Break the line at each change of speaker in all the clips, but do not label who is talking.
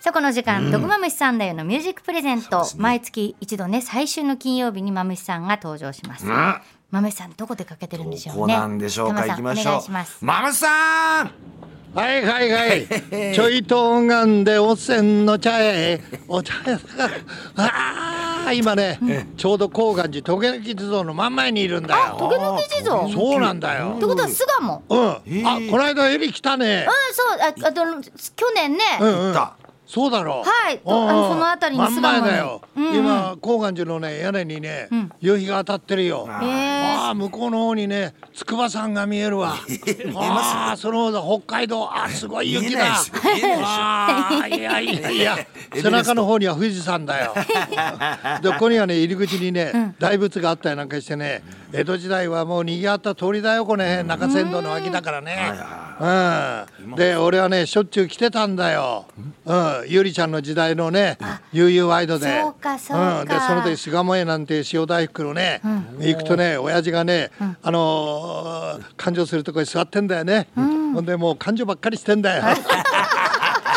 さあこの時間、毒まむしさんだよのミュージックプレゼント、毎月一度ね最終の金曜日にまむしさんが登場します、
うん
まむしさんどこでかけてるんでし
ど
ょう
こ
ね
なんでしょう
玉
か行
さ
き
ん
まし
お
ょ
願いします
うマムさん
はいはいはい。ちょいと音眼でおっせんの茶へ、お茶屋さん。ああ、今ね、ちょうど高岩寺時々地蔵の真ん前にいるんだ
あ、
よ。
トゲ抜き地蔵ってこ
そうなんだよ。うん。
とは巣鴨うん
あ、
ー
この間エリ来たね。
そうああと去年ね、
うんうん
だ
そうだろう。
はいとあのその辺りに
真ん前
巣鴨に
だよ。
うんうん
今高岩寺のね屋根にね、夕日が当たってるよ。
ええ
ああ向こうの方にね筑波山が見える わ。ああその方だ北海道あーすごい雪
見えない
だ
ですよ見えないですよ。
ああいやいやいや
エベレスト
背中の方には富士山 だよ。でここにはね入り口にね大仏があったりなんかしてね江戸時代はもう賑わった通りだよこの辺中山道の脇だからね。うん。で俺はねしょっちゅう来てたんだよ。うん。ゆりちゃんの時代のね悠々ワイドで。
そうかそうか
ん。でその時巣鴨屋なんていう塩大福のね、行くとね親父がね、あのー勘定するとこに座ってんだよね、ほんでもう勘定ばっかりして んだよ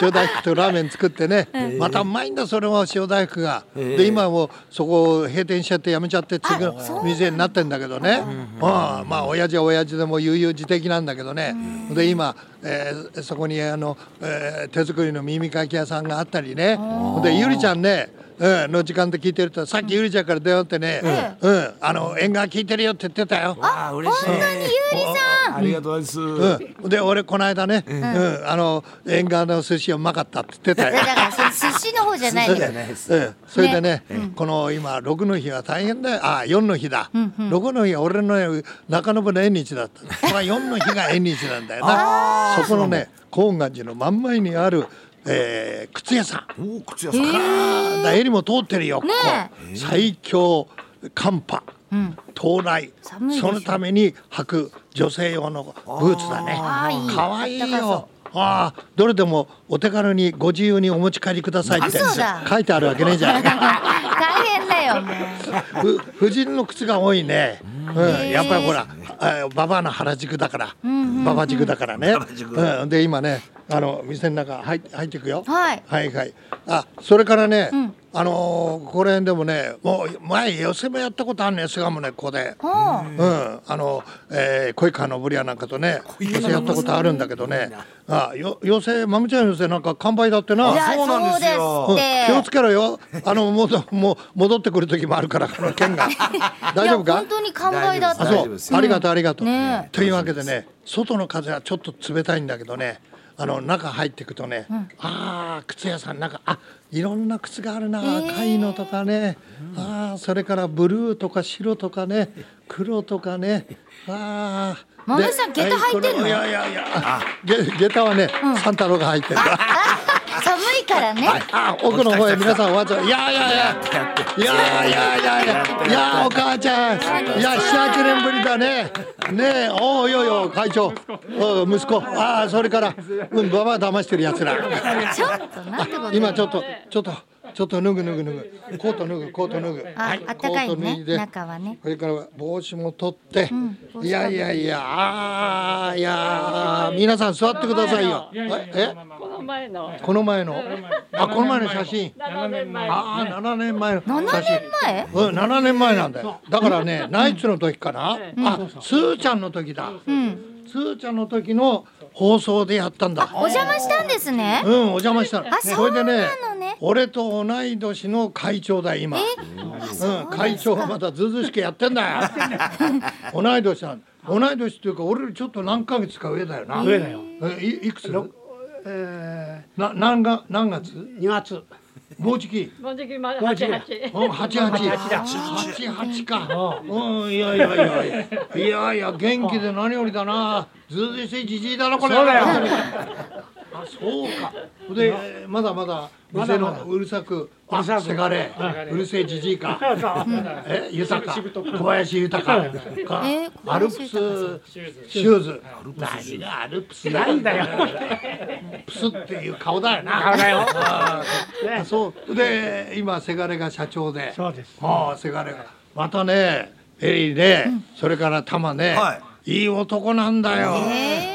塩大福とラーメン作ってね、またうまいんだそれも塩大福が、で今はもうそこ閉店しちゃってやめちゃって次の店になってんだけどね、うんまあ親父は親父でもう悠々自適なんだけどね、で今、えーそこにあの、えー手作りの耳かき屋さんがあったりねでゆりちゃんねうん、の時間で聞いてるとさっきゆりちゃんから電話あってね、うんあの縁側聞いてるよって言ってたよ。
あー嬉しい
本当にゆうりさん
ありがとうございます
うん、で俺この間ね、うんあの縁側の寿司うまかったって言ってたよ
だ。か らそれ寿司の方じゃない
そう
の
だ
よ
よねそ
ええ、それでね、この今6の日は大変だよあ4の日だ、6の日は俺のね中延の縁日だったこ れは4の日が縁日なんだよなそこのね高岩寺の真ん前にある、えー靴屋さん
おー口屋さん
だ襟も通ってるよ、ここ
ね
最強寒波、到来
寒いでしょ
そのために履く女性用のブーツだね
あーいい
可愛い
あったかそ
よああどれでもお手軽にご自由にお持ち帰りくださいって
あそうだ
書いてあるわけねえじゃ ん
大変だよもう
ふ婦人の靴が多いね、うん、やっぱりほらあババアの原宿だから、ババ塾だからね、うん、で今ねあの店の中入入っていくよ、
はい
はいはいあそれからね、あのーここら辺でもねもう前寄せもやったことあるね巣鴨ねここで。
おう
うん、あの、えー、小池のぶりやなんかとね、寄せやったことあるんだけどね。あ、よ、寄せ、まむちゃんの寄せなんか完売だって
い
な。
や
そうなんですよ
そう
うん
ですって
気をつけろよ。あの、もう、もう、戻ってくる時もあるから、この件 が。大丈夫
いや
か
本。当に完売だっ
あ、
た
大丈
そ
夫
う
です、
ありがとう、ありがとう
ね。
というわけでね、外の風はちょっと冷たいんだけどね。あの中入っていくとね、ああ靴屋さんなんかあいろんな靴があるな、赤いのとかね、ああそれからブルーとか白とかね黒とかねああ
マムシさん
で
下駄履いてんの
えーこいやいやいやあげ下駄はね、サンタロが入ってるあ
寒いからね
あ奥の方へ皆さんわざわざいやいやいやいやいやいやいやいやお母ちゃんいや78年ぶりだねねえおうよよ会長おう息子ああそれからうんババア騙してるやつら
ちょっとなんてこと言う
今ちょっとちょっとちょっと脱ぐ脱ぐ脱ぐコート脱ぐコート脱ぐ
ああったかいね
コート脱で
中はね
これから帽子も取って、
帽子取る
いやいやいやあーいやー皆さん座ってくださいよえ
この前の
この前のあこの前の写真
7年前の
ああ7年前の写真
7年前
うん、7年前なんだよだから ねナイツの時かな、あスーちゃんの時だ、スーちゃんの時の放送でやったんだ
お邪魔したんですね
うん、お邪魔したの。
あそうなのね
俺と同い年の会長だ今。うん、会長はまだずうずうしくやって んだよ。同い年なんだ。同い年っていうか、俺よりちょっと何ヶ月か上だよな。
上だよ。
え、いいくつ。
え
な、何が、何月。
ー、2月。
もうじき。
もうじきま
もうじ
88
き
うん、八八。八八か。うん、いやいやいやいや。いやいや、元気で何よりだな。ずうずうしいじじいだな、これ。
そうだよ。
あ、そうか。で、まだまだ、
ま
店
だまだ
のうるさく。
う
あ、
るさく
せがれ
う。ん
うるせえじじいか。
そうそう
え、豊か。小林豊か。か
え小林豊か
アルプス。シューズ。何がアルプスなんだよ。プスっていう顔だよな。
顔だよ
あー
ね
そう。で、今せがれが社長で。
そうです。
ああ、せがれが。またね、エリーね、それからタマね、、
はい
い男なんだよ。
えー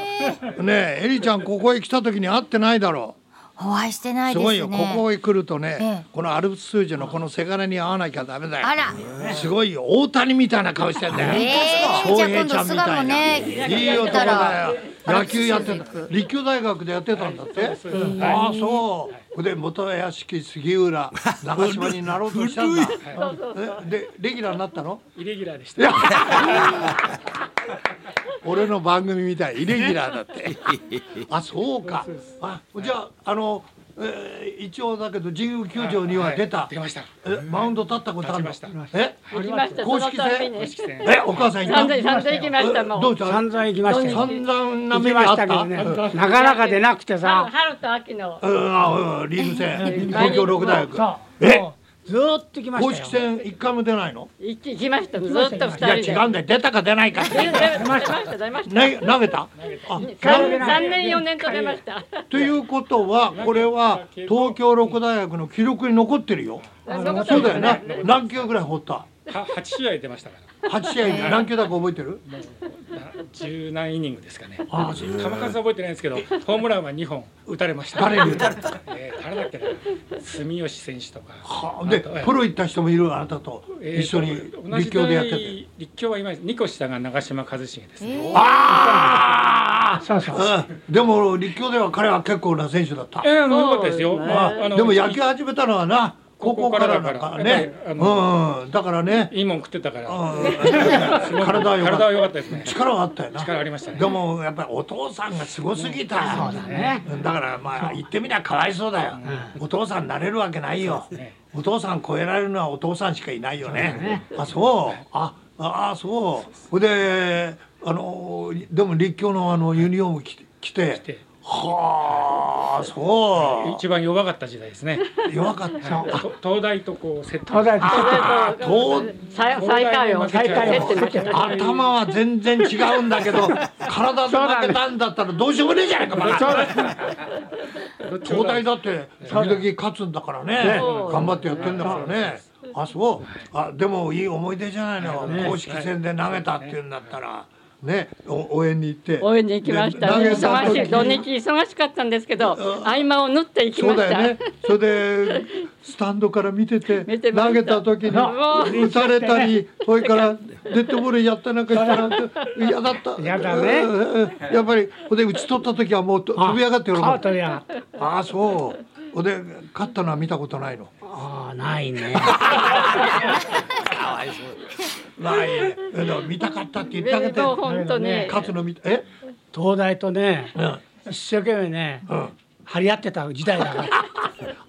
ねえ、エリちゃんここへ来た時に会ってないだろう。
お会いしてない
す
ですね
ごいよ、ここへ来るとね、
ええ
このアルプス数字のこのせがれに合わなきゃダメだよ
あら
すごいよ大谷みたいな顔してんだよ、
えー、じゃあ今度菅もね
いい男だよ野球やって
アル
た
プス数字行く
立教大学でやってたんだって、ああそうで元屋敷杉浦長島になろうとしたん だえでレギュラーになったの
イレギュラーでし
い
た。
や 俺の番組みたいイレギュラーだって あそうかあじゃああの、えー一応だけど神宮球場には出た、
出ました。
えマウンド立ったことあるの
立ちま
え
行きました。そ
公
の
式
ため
戦
に。
えお母さん行
散
った
々散々行きましたもん。
どうした
散々行きましたよ。
散々な目
行き
に
ま
あ
し
った
け
た
どね、なかなか出なくて
春
さ、
春と秋の
うんあうんリーグ戦
毎日
東京六大学
そう、もうずーっと来ま
公
し
式
たよ。
戦一回も出ないの
行き行きました。ずっと二
いや
人で。
違うんだよ出たか出ないか
出ました出ました。
ね投げたあ
三三年四年と出ました。
ということはこれは東京六大学の記録に残ってるよそうだよね何球ぐらい放った
は八試合出ましたか
8試合に何球だか覚えてる
ら。な十何イニングですかね。球
あ
数覚えてないんですけど、ホームランは二本打たれました。
誰に打たれ
た？えー誰だっけな。住吉選手とか。
はでプロ行った人もいるあなたと
えー
一緒に立教でやって
同じ
て
代立教はいまいち二個下が長嶋一茂ですね。
えー
あ
そうそう。
あうんでも立教では彼は結構な選手だった
ええ、良かったですよ。
そうですね
まああの
でも野球始めたのはな高校からだからね
高校からだからやっぱりあ
うんだからね
いいもん食ってたから。す
う ん
ごく
体は良かった
体は良かったですね。
力はあったよな
力ありましたね
でもやっぱりお父さんがすごすぎた、そうだねだからまあ言ってみりゃかわいそうだよ、お父さんなれるわけないよ、お父さん超えられるのはお父さんしかいないよねあそうあああそうほいであのでも立教のあのユニフォーム着て着て
て
はあそ
一番弱かった時代ですね。
う弱かったあ
と東大とこうセット。
東大です。
あ東
最最下位を
最下位を
競ってました。
頭は全然違うんだけ ど体で負けたんだったらどうしようもねえじゃないかバカ東大だって時々勝つんだからね
そう
頑張ってやってんだからねあそうあでもいい思い出じゃないの公式戦で投げたっていうんだったらねお応援に行って
応援に行きました。
で投げた
忙しい土
時
日忙しかったんですけど、合間を縫って行き
そ
ま
う
し
だよ
た
ね。それでスタンドから見てて
見てま
投
し
げ
た
た時に
も
打たれたりそれからデッドボールやったなんかしたら嫌だった
嫌だね
うんうんやっぱりほんで打ち取った時はもうと飛び上がって喜ぶ
あ、とや。
ああそうほんで勝ったのは見たことないの
ああ、ないね。
ないねでも見たかったって言ってあげて
もう本当に。
勝つの見たえ
東大とね、
うん
一生懸命ね、
うん
張り合ってた時代だから。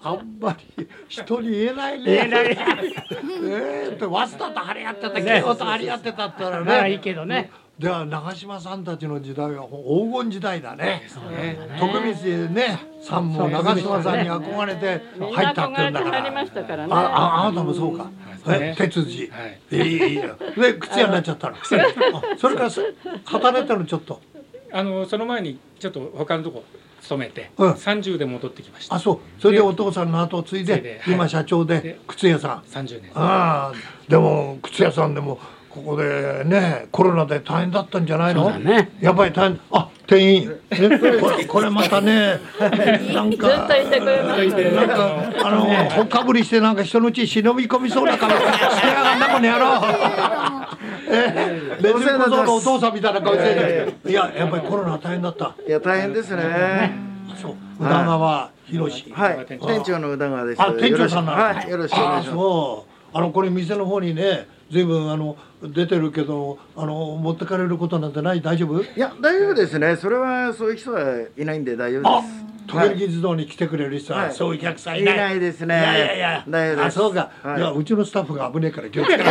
あんまり人に言えないね。 言えない。ええと、早稲田と張り合ってた、慶応と張り合ってたったら
なら
ね。
いいけどね。
では長島さんたちの時代は黄金時代だね。徳光ねさんも長島さんに憧れて
みん
入
な
ったっ
憧
ていうん
れ
だ
て
か
なりま
ら
し。たからね。
あああなたもそうか。え手筋。いいいいいよで靴屋になっちゃったの。あそれからす働いたのちょっと。
あのその前にちょっと他のとこ勤めて
うん、
三十で戻ってきました
あ。そうそれでお父さんの後を継い
継い
で
で
今社長で靴屋さん。
三十年。
ああでも靴屋さんでもここでねコロナで大変だったんじゃないの
そうだね
やっぱり大変あ店員えこ れこれまたねなん
ずっ
か
といてくれましたね。
なんかあのほっかぶりしてなんか人のうち忍び込みそうな 顔してやがんなこの野郎えレズミ小僧のお父さんみたいな顔してるいややっぱりコロナ大変だった
いや大変ですね。
あそう宇田川博志
はい、店長の宇田川です。
あ、店長さんなの。
はい、よろしくお願い
あ
しま
そう。あの、これ店の方にね、随分あの、出てるけど、あの、持ってかれることなんてない、大丈夫。
す。いや、大丈夫ですね。それはそういう人はいないんで大丈夫
あ
で、す。
時々自動に来てくれる人は、
はい
そういうお客さんい
い
ない。
ないですね
いやいやいや、
大丈夫です
あ、そうか、、
はいい
や、うちのスタッフが危ねえから、気をつけて。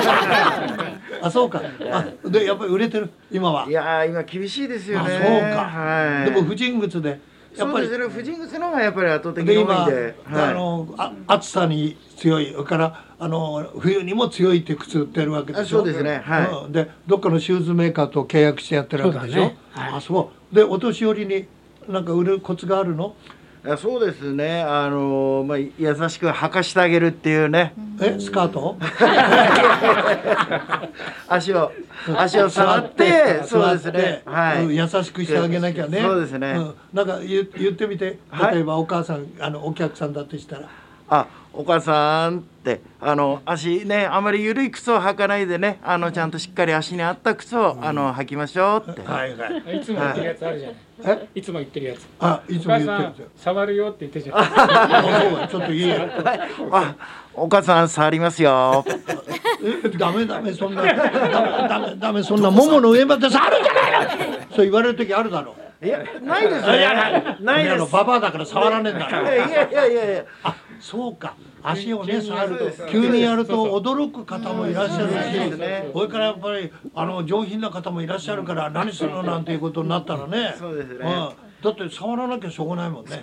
あ、そうか。あ、で、やっぱり売れてる、今は。
いやー今厳しいですよ
あ、
ね。
そうか。
はい。
でも、婦人靴で。やっ
そ
ぱ
う
り
ですね。婦人靴の方がやっぱり圧倒的に
で
多いん
今、
で。
あ
は
のあ暑さに強いそれからあの冬にも強いって靴売ってるわけでしょ
あそうですねはい
うんでどっかのシューズメーカーと契約してやってるわけでしょ
そうだねはい
あそうでお年寄りになんか売るコツがあるの
い。あそうですね、あのまあ、優しく履かしてあげるっていうね、
えスカート
足を、足を触 って、そうですね、
座って
はい、
うん優しくしてあげなきゃね
そうですね
んなんか言う言ってみて
はい
例えばお母さんあのお客さんだとしたら
あお母さんってあの足ねあまり緩い靴を履かないでねあのちゃんとしっかり足に合った靴を、あの履きましょうって、
はいはい
いつも言ってるやつあるじゃない。いつも言ってるやつ。
あい
お
つも
母
言って
さ
る
ん
じゃん
触るよって言ってるじゃん。
あそうかちょっといいよ
あお母さん触りますよ
え ダメダメそんなダメダメダメそんなももの上まで触るんじゃないの そう言われる時あるだろ
いやないですねない
あ
で
の
す
ババアだから触らねえんだ
い
から
やいやいやいや
あそうか足をね触
そう
る
です
と急にやると驚く方もいらっしゃる
そうです
し
ね
これからやっぱりあの上品な方もいらっしゃるから何するのなんていうことになったらね
そうですね
んだって触らなきゃしょうがないもんね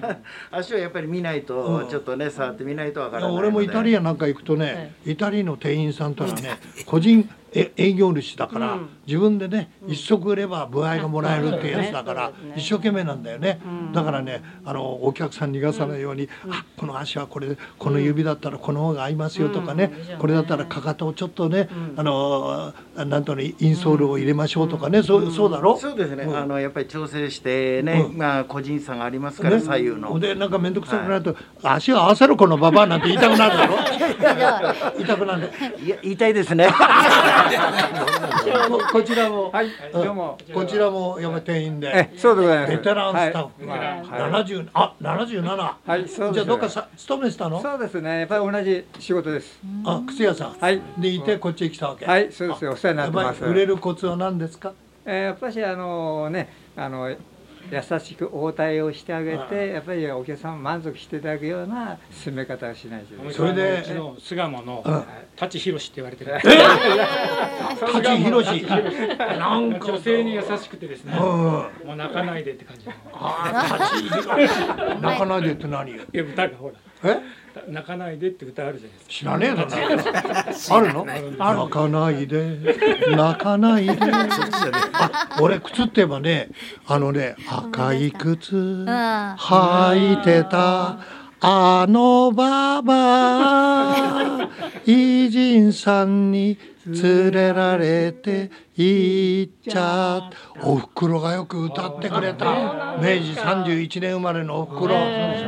足をやっぱり見ないと、ちょっとね触ってみないとわからないので
俺もイタリアなんか行くとね、イタリアの店員さんとはね個人え営業主だから、自分でね一足売れば部合がもらえるってやつだから、一生懸命なんだよね、だからねあのお客さん逃がさないように、あこの足はこれこの指だったらこの方が合いますよとかね、これだったらかかとをちょっとね、あのなんとねインソールを入れましょうとかね、そうそうだろ
そうですね、
ん
あのやっぱり調整してね、まあ個人差がありますから、左右の
でなんか面倒くさくなると、足を合わせろこのババアなんて言いたくなるだろ 言いたくなる
いや痛いです ね
ここちらも、
はい、どうも。
こちらもやっぱ店員
え
で、、
そうでございます。
ベテランスタッフ、
はい
七十、あ、七十七。
はいそうですね
じゃあどっかさ勤めてたの？
そうですね。やっぱり同じ仕事です。
あ、靴屋さん。
はい
でいてこっちへ来たわけ。
はい、そうですよ。お世話にな
や
っ
ってぱ
ま
り
す。
売れるコツは何ですか？
えーやっぱしあのね、あの優しく応対をしてあげて、やっぱりお客さんを満足していただくような進め方をしないといけない。
それで
うちの巣鴨の舘ひろしって言われてる。
舘ひろし。なんか
女性に優しくてですね。
うん。
もう泣かないでって感じ。い
あ、舘ひろし。泣かないでって何よ？
や歌がほら。
え？
泣かないでって歌あるじゃないですか。
知らね えだな。あるの？泣かないで、泣 かないで。あ、俺靴って言えばね、あのね、赤い靴履いてた。あのババア偉人さんに連れられて行っちゃったおふくろがよく歌ってくれた明治31年生まれのおふくろ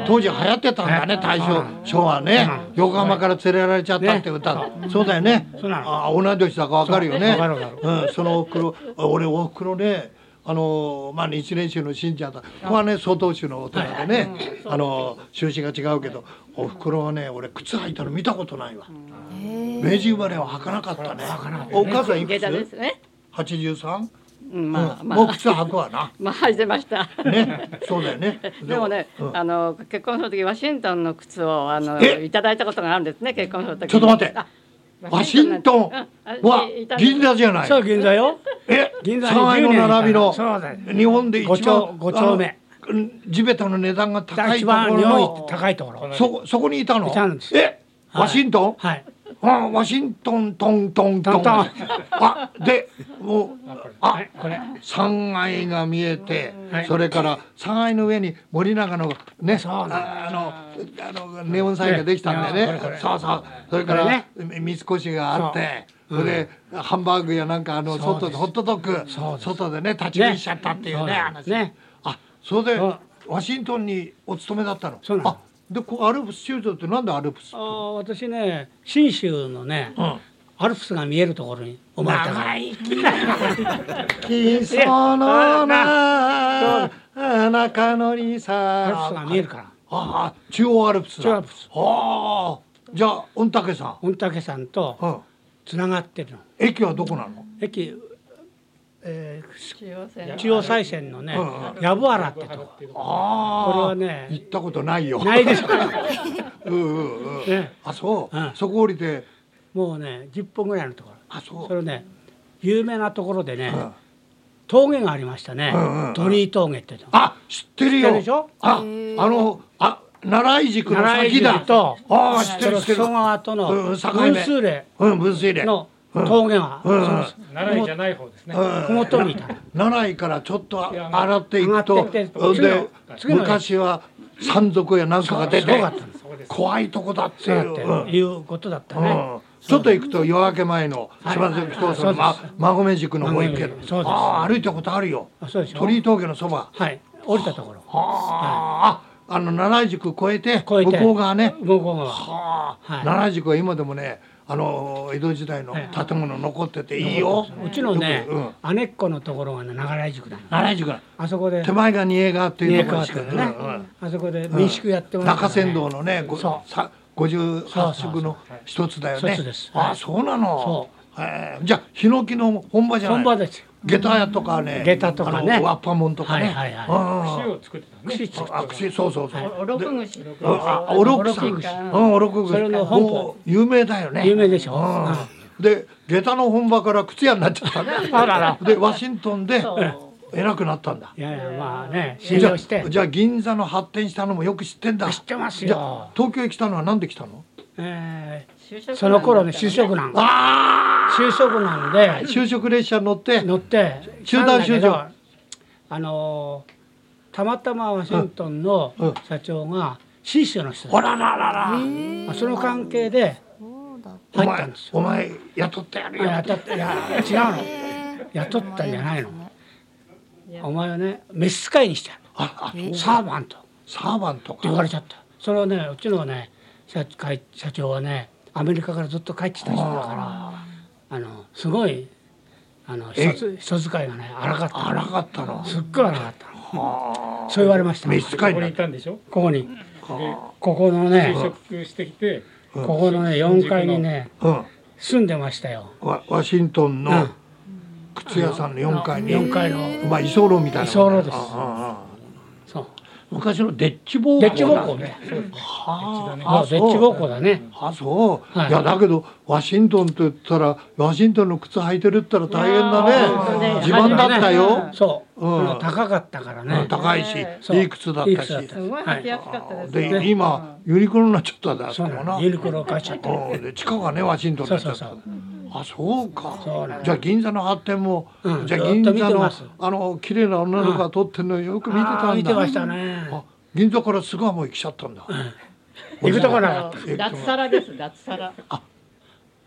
当時流行ってたんだね大正昭和ね横浜から連れられちゃったって歌そうだよね
そうなの
あ同い年だかわかるよね
そうわかるわかる
うんそのおふくろ俺おふくろねあのまあ日蓮宗の信者だここはね曹洞宗のお寺でねあの習字が違うけどおふくろはね俺靴履いたの見たことないわ明治生まれは履かなかったねお母さんいく
下駄です
つ
ね。
83
うんまあま
もう
あ
靴履くわな
まあ履いてま した。
ねそうだよね
でもね、
うん
あの結婚する時ワシントンの靴をあの
え
いただいたことがあるんですね結婚する時に
ちょっと待って
あ
ワシントン
うん
はい
ただいた
銀座じゃない
そう銀座よ
え
銀座に
3階の
10年
並びの
そうだよ
日本で一
ご丁
番
ご丁目
あのうん地べたの値段が高い
一
ところ
番
の
日本一高いところ
そこそこにいたの
いたんです
え
はい
ワシントン、
はい
あワシントントントントン
トントン
あでもうあ
はいこれ
3階が見えて、それから3階の上に森永のねああのあのネオンサインができたんだよねそうそうそれから、三越があってそれで、ハンバーグやなんかあの外でホットドッグ外でね立ち食いしちゃったっていうね
ね
話
ね
あそれで
そう
ワシントンにお勤めだったの
そうなの
あでこうアルプス州長ってなんでアルプス
あー私ね信州のね、
ん
アルプスが見えるところに生まれたから
きそのな中野に
アルプ
さ
スが見えるから
ああ中央アルプスだ
中央アルプス
ああじゃあ御嶽さ
御嶽山
ん、う
と
ん、
つながってるの
駅はどこなの
駅、え
中央線
ー、中央再線のね
うん
藪原ってとここれ
ああ
は
行
ね
ったことないよ
ないですから
うんうんうん、
ね
あそう、
うん
そこ降りて
もうね10分ぐらいのところ
あそう
それね有名なところでね、
うん
峠がありましたね、
うんうんうん
鳥居峠ってとこ
あ知ってるよ
知ってるでしょ
ああのあ奈良井宿の
奈良井
先だ
宿と
ああ知って
その
る知って
木
る
曽川との
うん
分
境目
数例
うん分水嶺
の峠が、
うんうん
そ
習いじゃない方ですね。
のふもとにいたの
奈良井からちょっと洗っていくと
上がってって
うん
次の
で
次の
昔は山賊やなんかが出
そう
て
だったんですそうです
怖いとこだって
そう
い
だ
う
って
うん
いうことだったね、
うんちょっと行くと夜明け前の柴崎父さんのま
そうです
馬込塾の方行くけ
馬込
ど
そうです
ああ歩いたことあるよ
あそうでしょ
鳥居峠のそば
はい降りたところ
あああの奈良塾越えて
越え
向
て
こう側ね
向こう側
はあ
はい
奈良塾は今でもねあの江戸時代の建物残ってていいよ
うちのね、
よ
姉っ子のところがね長良塾だ
く奈良塾が
あそこで
手前が仁江川ってい
家
うとこ
変
ろ
わ
で
っ
す
て
けどね
るね、あそこで民宿やって
うん
ました
中
からね
山道のねご
そ
さ58宿の一つだよね
そうです
ああそうなの
そ
へえじゃあヒノキの本場じ
う
ゃない
本場ですよ
下駄屋とかね
下駄とかね
あのワッパモンとかね
はいはいはい
串
い
を作ってたのね。
あ串そうそうそう
おろく串
ああおろくさん
おろく串
うんおろく串
それの本舗
もう有名だよね
有名でしょ
うん
うん
で下駄の本場から靴屋になっちゃったんだ
あらら
でワシントンで偉くなったんだ
いやいやまあね信
じゃ
用
あ
して
じゃあ銀座の発展したのもよく知ってんだ
知ってます
じゃあ
よ、
東京へ来たのはなんで来たの
え
就職
ー
難
その頃ね就職難
あ
就職難で
あ就職列車に乗って
乗って
集団就職
来たんだけどあのーたまたまワシントンの
うんうん
社長が信州の人
あら
だ
ららら
まあその関係で
そうだった
お
入ったん
前
ですよ
お前雇ってやる
いや
よ
当たったいや違うの雇ったんじゃないのお前はね召使いにしてやる
ああ
サーバントって
サーバンとか
言われちゃったそれをねうちのね社会社長はねアメリカからずっと帰ってきた人だからあのすごいあの
え
人つ人使いがね荒かっ
荒かったの
たすっごい荒かったのそう言われました
召使
こ
いに
こ
な
に
っ
い
た
たんでしょ。
ここに
で
ここのね
就職してきて、
ここのね4階にね
うん
住んでましたよ
ワワシントン
う
の
ん
靴屋さんの4階に
4階の
まあ居候みたいな
居候です
ああああ
そう
昔のデッチ暴行
デッチ奉公ね
あ
あ
そう
デッチ奉公だね
あそう、
はい
い、やだけどワシントンって言ったらワシントンの靴履いてるって言ったら大変だね
あー
自慢だったよ、
そう
うん
あの高かったから
うん
ね
高いし
そう
いい靴だっ
いい
たし
靴だった
すごい履きやすかったです
で
ね。
今ユニクロになっちゃったんだよ
そうな
な
のユニクロを買っちゃった
うんで地下がねワシントンになっちゃった
そうそう
あそうか
そうなの
じゃあ銀座の発展も、
うん
じゃあ
ずっと
銀座
見て
の
ます
あの綺麗な女の子が撮ってるのよく見てたんだ
あー見てましたね
あ銀座から巣鴨行きちゃったんだ、
行くとこなかっ
脱サラです脱サラ。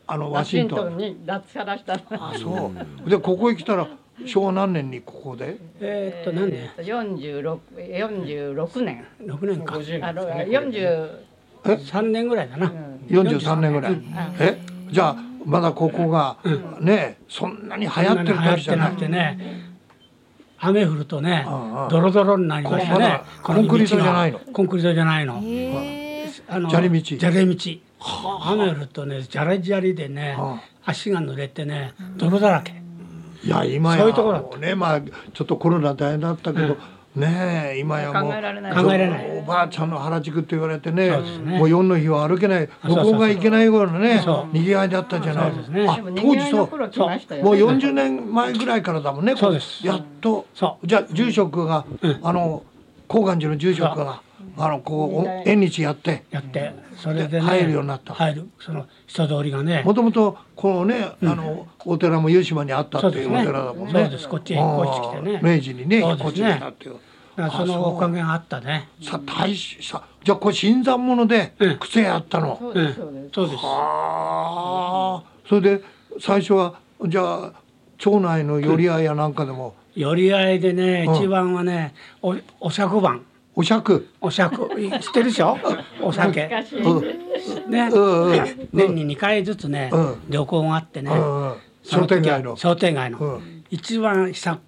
あの
ワ
ワシ
シ
ン
ン
ト
ト
ン
ンに脱サラしたの。
あそうでここへ来たら昭和何年にここで
えーっと何年
四十六四十六年。
6年か
50
あの
年ですね。
四十
3年ぐらいだな
43年ぐらい、えじゃあまだここが、ねそんなに流行ってる
流行
時
っ
じゃ
て
な
ないくてね雨降るとね
うんうん
ドロドロになりましたね
これまだ
こ道
コンクリー
が
トじゃないの
コンクリートじゃないの
えー
あの
砂利道
砂利道雨降るとねじゃれじゃりでね
うん
足が濡れてね泥だらけ
いや今や
そういうとこだった
もうねまあちょっとコロナ大変だったけど、ねえ今やもう
考えられない
考えられない
おばあちゃんの原宿って言われてね
そうですね
もう夜の日は歩けない
あ
ど
そうそうそう
こが行けないようなね
そう
にぎわいだったじゃない
そうですね
あ
でも
当
賑
時
わい
そ
の
う
頃来ましたよ。
もう40年前ぐらいからだもんね
そうです
やっと
そ
じゃあ住職が、
うん
あの高岩寺の住職があのこうお縁日やって
やってそれでね
入るようになった
入るその人通りがね
もともとこのね、あのお寺も湯島にあった
そ
っ
う
て
で
い
す
うお
ね
寺だもんね
そうですこっちへ引っ越してきてね
ああ明治にね引
そ
っ
うです
越
ね
してきたっていう
だからそのおかげがあったね
さ大しさじゃあこれ新参者で
うん
癖やったの、
そう
う
で
ん
すそうです。
そうです
ああそれで最初はじゃあ町内の寄り合いやなんかでも、
寄り合いでね、
うん
一番はねおお酌番
お酌
お酌知ってるでしょお酒
難しい。
うん
ね
うんうん
年に2回ずつね、
うん
旅行があってね、
うんうん
そ
商
時は
店街の
商店街の、
うん
一番下っ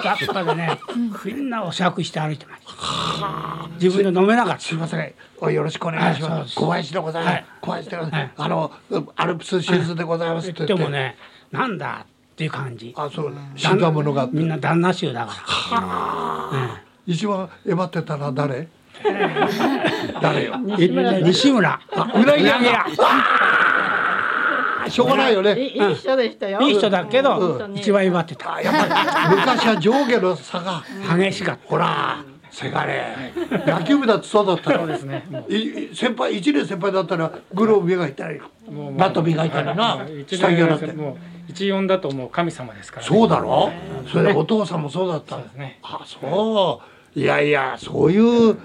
端でねみんなお酌して歩いてました自分で飲めなかった
すいませんおよろしくお願いし
はいそう
ま
ですす
小林でございます、
はい
小林でございます、
はい
あのアルプスシーズでございますって言
言
っ
っててもねなんだっていう感じ
あそう死んだものがあって
みんな旦那衆だか
一番えばってたのは誰誰よ
ら、うん、西村
裏切りやしょうがないよ
い
ね
いい人でしたよ。
いい人だけ
うん
ど、
本当に
一番威張ってた
あやっぱり昔は上下の差が
激しかった
ほらせがれ野球部だってそうだったそうですね先輩一年先輩だったらグローブ磨いたり
もう
バット磨いたりな
一
下着洗っ
年
て
もう一四だともう神様ですから、ね。
そうだろそれでお父さんもそうだった
そうですね
あそういやいやそういう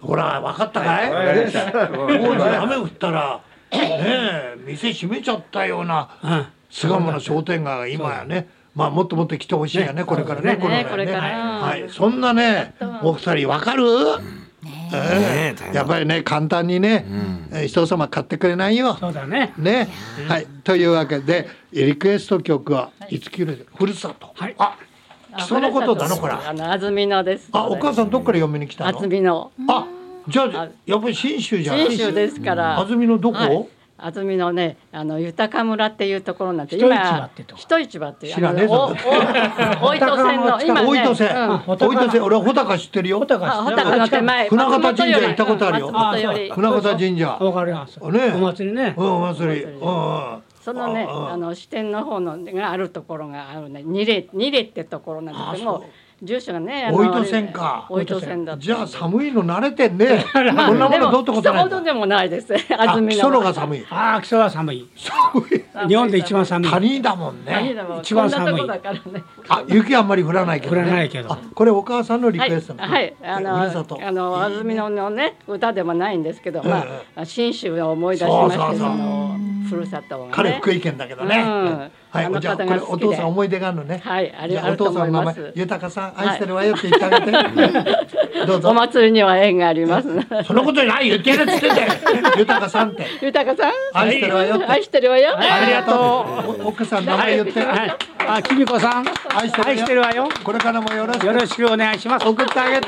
ほら分かったかい、当時雨降ったらねえ店閉めちゃったよう
うん
な巣鴨の商店街が今やねまあもっともっと来てほしいよねこれからね
ねこれから
はいそんなねお二人分かるええやっぱりね簡単にねえー人様買ってくれないよ
そうだね。
ねはいというわけでリクエスト曲はいつきるふるさと
はい
あそのことだな
あ
これ
あの安曇野です。
あお母さんどっから嫁に来た
安
の
曇野。
あじゃあやっぱり信州じゃない
信州ですから。
安曇野どこ、
はい安曇野ね、あの豊か村っていうところなんて
人市場ってとこ
人市場っていう
知らねえぞ
あのおお大糸線の今ね
大糸線、
うん
大糸線、俺は穂高知ってるよ。穂
あ穂高の手前
船形神社行ったことあるよ。
松本より
船形神社。
わかります。お
ね
祭りね
う。ん、お祭り。
お祭り
うんうん。
そのね
ああ
あの支店の方のがあるところがあるね二例二例ってところなんですけども住所がねあの
大糸線か
大糸線だった
じゃあ寒いの慣れてんね。こんなものどうってことない
でも一言でもないです
あ、
安曇
基
野
礎のが寒い。
ああ、基礎は寒い。
寒い。
日本で一番寒い。
谷だもん
何
ね。
だろう
一番
こんな
寒い
とこだからね
あ、雪あんまり降らないけど、ね。
降らないけど
あ、これお母さんのリク
はい
エストなの
はい、あの、
ふるさと。
あの、安曇野のね、歌でもないんですけど、ま
え
あ、信州を思い出しまして、
そう
そ
そうそう
の、ふるさとをね。
彼福井県だけどね。
うんあ
はい、
の
じゃあこ
方
れ
が
お
好きで
父さん思い出があるのね。
はいあり
じゃあお
あると
父
思
さん
い
の
ま
名
す
前豊さん愛してるわよって言ってあ げて。どうぞ
お。祭りには縁があります。
そんなことない言ってるっつって たよ。豊さんって。
豊さん。
愛してるわよって
愛してるわよ。
ありがとう。お奥さん名前言って。
はい。あ、きみこさん。
愛してるわよ
愛してるわよ。
これからもよろしく
よ。ろしくお願いします。
送ってあげて。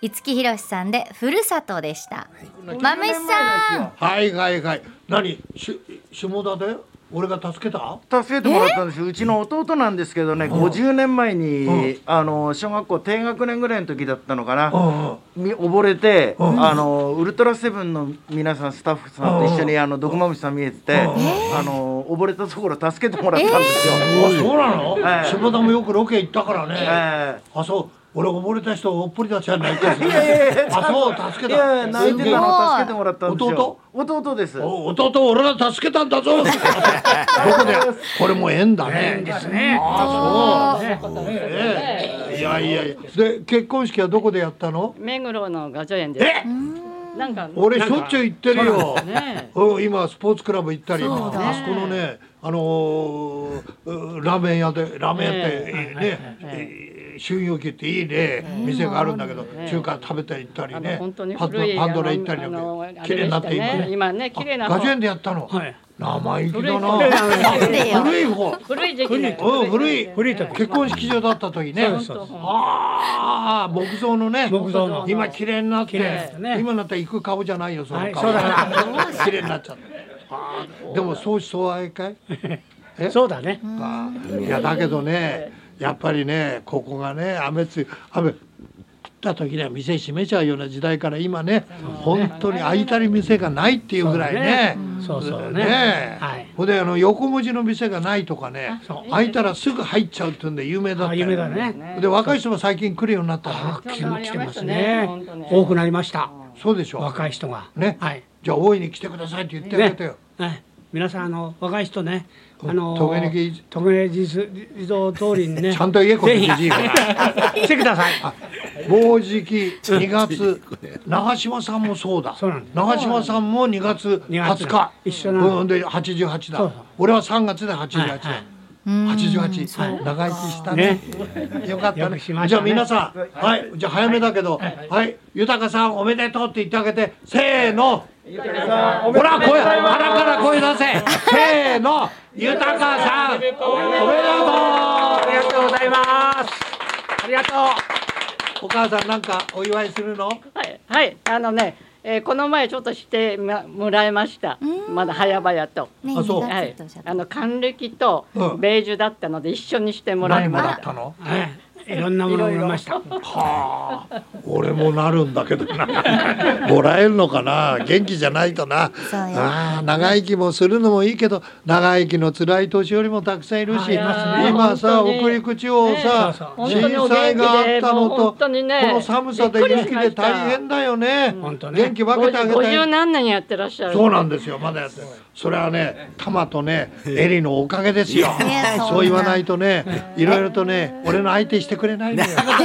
五木ひろしさんでふるさとでした。まむしさん、
はいはいはい。何し下田で俺が助けた？
助けてもらったんですようちの弟なんですけどね、50年前に、
うん
あの小学校低学年ぐらいの時だったのかな、
うんうん。
み溺れて、
うん
あのウルトラセブンの皆さんスタッフさんと一緒に、あの毒まぶしさん見えてて、あの溺れたところ助けてもらったんですよ。
あそうなの
は？い
下田もよくロケ行ったから
え
ね。
え
あそう。俺溺れた人をおっぽり出しちゃないか。
いやいやいや
あそう助け
いやいや
た。
泣いてたのを助けてもらったんです
弟
よ。弟弟です。
お弟を俺が助けたんだ ぞ。どこで？これも縁だね。縁ですね。ああそう。ええいやいやいや。で結婚式はどこでやったの？
目黒の画助園です。
え？
なんか。
俺しょっちゅう行ってるよ。
ね。
うん今スポーツクラブ行ったり、
そうだ
あそこのねあのーうラーメン屋でラーメン屋っていいね。えー春陽期っていいね店があるんだけど中華食べたり行ったり
あの
ね
本当に
パンド
古い
パンドラ行ったり
あのあ
だ
の
けど綺麗になって今
あれでした
ね
ね今ね綺麗な
あ
方
ガジュ園でやったの
はい。
生意気だな
古い
古い
あ古い方
古い時期ね。
うん古い
古い時
結婚式場だった時ね
そうそうそう
ああ木造のね
木造の
今綺麗になっ
綺
て
麗ですね
今になったら行く顔じゃないよその
はい
顔
そうだ
綺麗になっちゃったあーでも相思相愛かいえ
そうだね。
あーいやだけどねやっぱりねここがね雨つ雨降った時には店閉めちゃうような時代から今ね本当に開いたり店がないっていうぐらいね
そうそう
ね
ね。
え、
はい。
ほんであの横文字の店がないとかね
そう
開いたらすぐ入っちゃうっていうんで有名だった
あ、
よ
夢だね。
で若い人も最近来るようになった
あ
ら、ね、
来て来てます
ね
ね
本当ね。
多くなりました。
そうでしょ
若い人が。
ね
はい。
じゃあ大いに来てくださいって言ってあげてよ、
はい。皆さんあの若い人ね、あの
トゲネギ
トゲネギ自動通りに ね、
ちゃんと言えこの
ぜ
じ
ひ
じいが
来てください。
もうじき2月長島さんもそうだ
そうなんです
長島さんも2月
2月
20日
一緒なの
うん、で88だ
そうそう
俺は3月で88だ、
はいはい
88、長生きしたね
ね
よかった
よ
ね
くしまし
じ
たね
ゃあ皆さんはい、じゃあ早めだけどはい、豊さんおめでとうって言ってあげてせーのほら声腹から声出 せせーの豊さんおめでとうありがとうございますありがとうお母さんなんかお祝いするの
はいはいあのね。えーこの前ちょっとしてまもらいました。まだ早々と。
ね、
あそう
二月
はい
とおっしゃっ。て
あの還暦と
うん
ベージュだったので一緒にしてもらい
何も
ま
ら
し。
ったたの
はい。いろんなものを飲みました。
俺もなるんだけどなもらえるのかな元気じゃないとな
そうよ
あー長生きもするのもいいけど長生きの辛い年寄りもたくさんいるし
いますね
今さ
本当に
北陸地方
ね
さ
そうそう
震災があったの
本
とこ
当にね
の寒さで
びっくり
雪
しまし
で
た
大変だよね
本当ね
元気分けてあげ
五
た
十
い
何年やってらっしゃる。
そうなんですよまだやってるそれはね玉とねエリのおかげですよ
や
そう言わないとねいろいろとね俺の相手してくれないのよ
そんなこ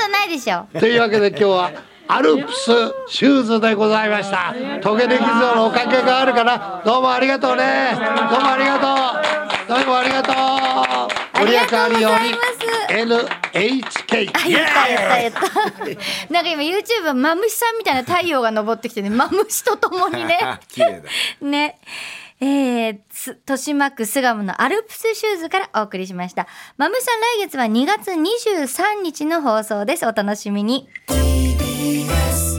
とないでしょ。
というわけで今日はアルプスシューズでございました溶けてきそうのおかげがあるからどうもありがとうねどうもありがとうどうもありがとう
ありが
あ
とうござ
る
い
に
ます。
NHK
あ言った言った言った。なんか今 YouTube マムシさんみたいな太陽が昇ってきてね、マムシとともにね。
綺麗 だ。
ね。えー、す豊島区巣鴨のアルプスシューズからお送りしました。マムシさん来月は2月23日の放送です。お楽しみに。TBS